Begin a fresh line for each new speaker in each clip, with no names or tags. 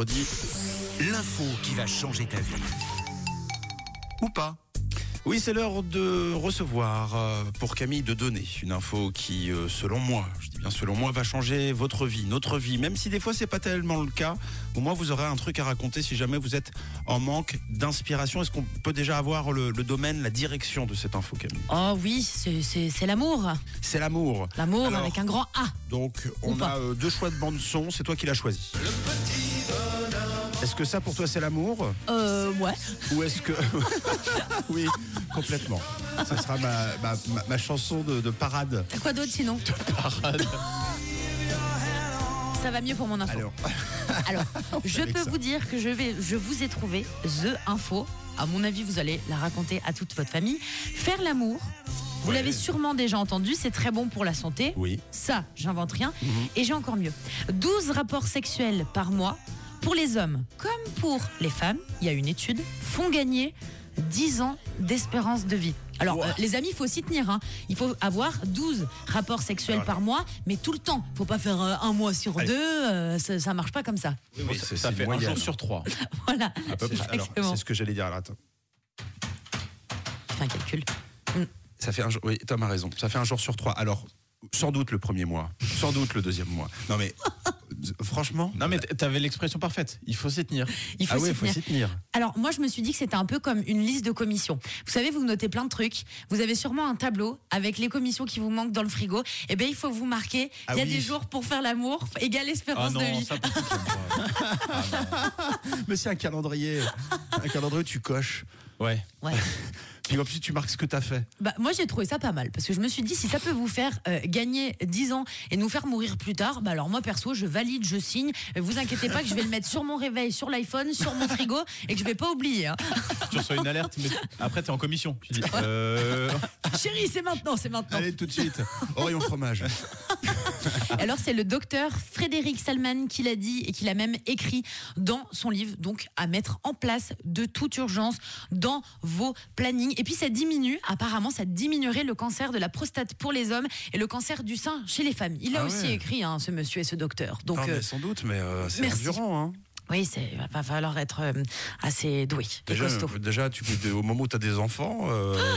On dit l'info qui va changer ta vie. Ou pas. Oui, c'est l'heure de recevoir euh, pour Camille de donner une info qui, euh, selon moi, je dis bien selon moi, va changer votre vie, notre vie. Même si des fois c'est pas tellement le cas, au moins vous aurez un truc à raconter si jamais vous êtes en manque d'inspiration. Est-ce qu'on peut déjà avoir le, le domaine, la direction de cette info, Camille
Oh oui, c'est- c'est c'est l'amour.
C'est l'amour.
L'amour
Alors-
avec un grand A.
Donc
Ou
on
pas.
a euh, deux choix de bande son, c'est toi qui l'as choisi. Est-ce que ça pour toi c'est l'amour
Euh, ouais.
ou est-ce que oui complètement Ce sera ma, ma- ma- ma chanson de, de parade.
T'as quoi d'autre sinon Ça va mieux pour mon info.
Alors
Alors, je
avec
peux
ça.
vous dire que je, vais, je vous ai trouvé The Info. À mon avis, vous allez la raconter à toute votre famille. Faire l'amour, vous
Ouais.
l'avez sûrement déjà entendu, c'est très bon pour la santé.
oui. Mhm.
Ça, j'invente rien. Et j'ai encore mieux. 12 rapports sexuels par mois pour les hommes comme pour les femmes, il y a une étude, font gagner 10 ans d'espérance de vie. Alors,
Wow.
euh, les amis, il faut s'y tenir. hein. Il faut avoir 12 rapports sexuels
Alors.
par mois, mais tout le temps. faut pas faire euh, un mois sur
Allez.
deux, euh, ça, ça marche pas comme ça.
Oui,
c'est-
ça, ça
c'est
fait un
moyen.
jour sur trois.
Voilà.
Hop, alors,
Exactement.
c'est ce que j'allais dire. Alors, attends.
Je fais un calcul.
Ça fait un jour. Oui, Tom a raison. Ça fait un jour sur trois. Alors sans doute le premier mois, sans doute le deuxième mois. Non mais euh, franchement.
Non, mais t'avais l'expression parfaite. Il faut s'y tenir.
Il faut
ah
s'y
ouais, faut
tenir.
s'y tenir.
Alors moi je me suis dit que c'était un peu comme une liste de commissions. Vous savez, vous notez plein de trucs. Vous avez sûrement un tableau avec les commissions qui vous manquent dans le frigo. Eh bien il faut vous marquer.
Ah
il y a
oui. Ah
des jours pour faire l'amour égale espérance de vie.
par contre, j'aime Ah pas.
Mais c'est un calendrier. un calendrier où tu coches.
Ouais.
Ouais.
Puis en plus tu marques ce que t'as fait.
Bah, moi j'ai trouvé ça pas mal parce que je me suis dit si ça peut vous faire euh, gagner 10 ans et nous faire mourir plus tard, bah alors moi perso je valide, je signe. Euh, Vous inquiétez pas que je vais le mettre sur mon réveil, sur l'iPhone, sur mon frigo et que je vais pas oublier. hein.
Tu reçois une alerte, mais après, t'es en commission. Tu dis, euh,
Chérie c'est maintenant, c'est maintenant.
Allez tout de suite. Orion fromage.
Alors c'est le docteur Frédéric Salman qui l'a dit et qui l'a même écrit dans son livre, donc à mettre en place de toute urgence dans vos plannings. Et puis ça diminue, apparemment ça diminuerait le cancer de la prostate pour les hommes et le cancer du sein chez les femmes. Il a
Ah
aussi
ouais.
écrit hein, ce monsieur et ce docteur. Donc
Non, mais
euh,
sans doute, mais euh, c'est
merci.
endurant. Hein.
oui, c'est- il va pas falloir être euh, assez doué et
Déjà,
costaud. Ah
euh, déjà tu, peux- au moment où tu as des enfants,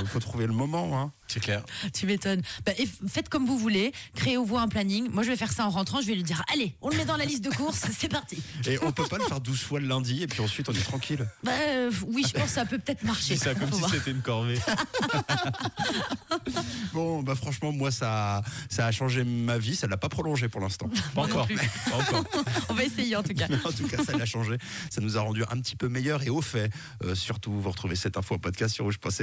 il faut trouver le moment. Hein.
c'est clair.
Tu m'étonnes. Bah, et f- faites comme vous voulez, créez vous un planning. Moi je vais faire ça en rentrant, je vais lui dire allez, on le met dans la liste de courses, c'est parti.
Et on peut pas le faire 12 fois le lundi, et puis ensuite on est tranquille.
Bah, euh, oui, je pense que ça peut peut-être
Je
marcher.
dis ça comme
Faut
si
voir.
c'était une corvée.
Bon, bah franchement, moi, ça, ça a changé ma vie, ça l'a pas prolongé pour l'instant.
Pas encore.
plus.
Pas encore.
On va essayer en tout cas.
Mais en tout cas, ça l'a changé. Ça nous a rendu un petit peu meilleurs et au fait. euh, surtout, vous retrouvez cette info en podcast sur où je pensais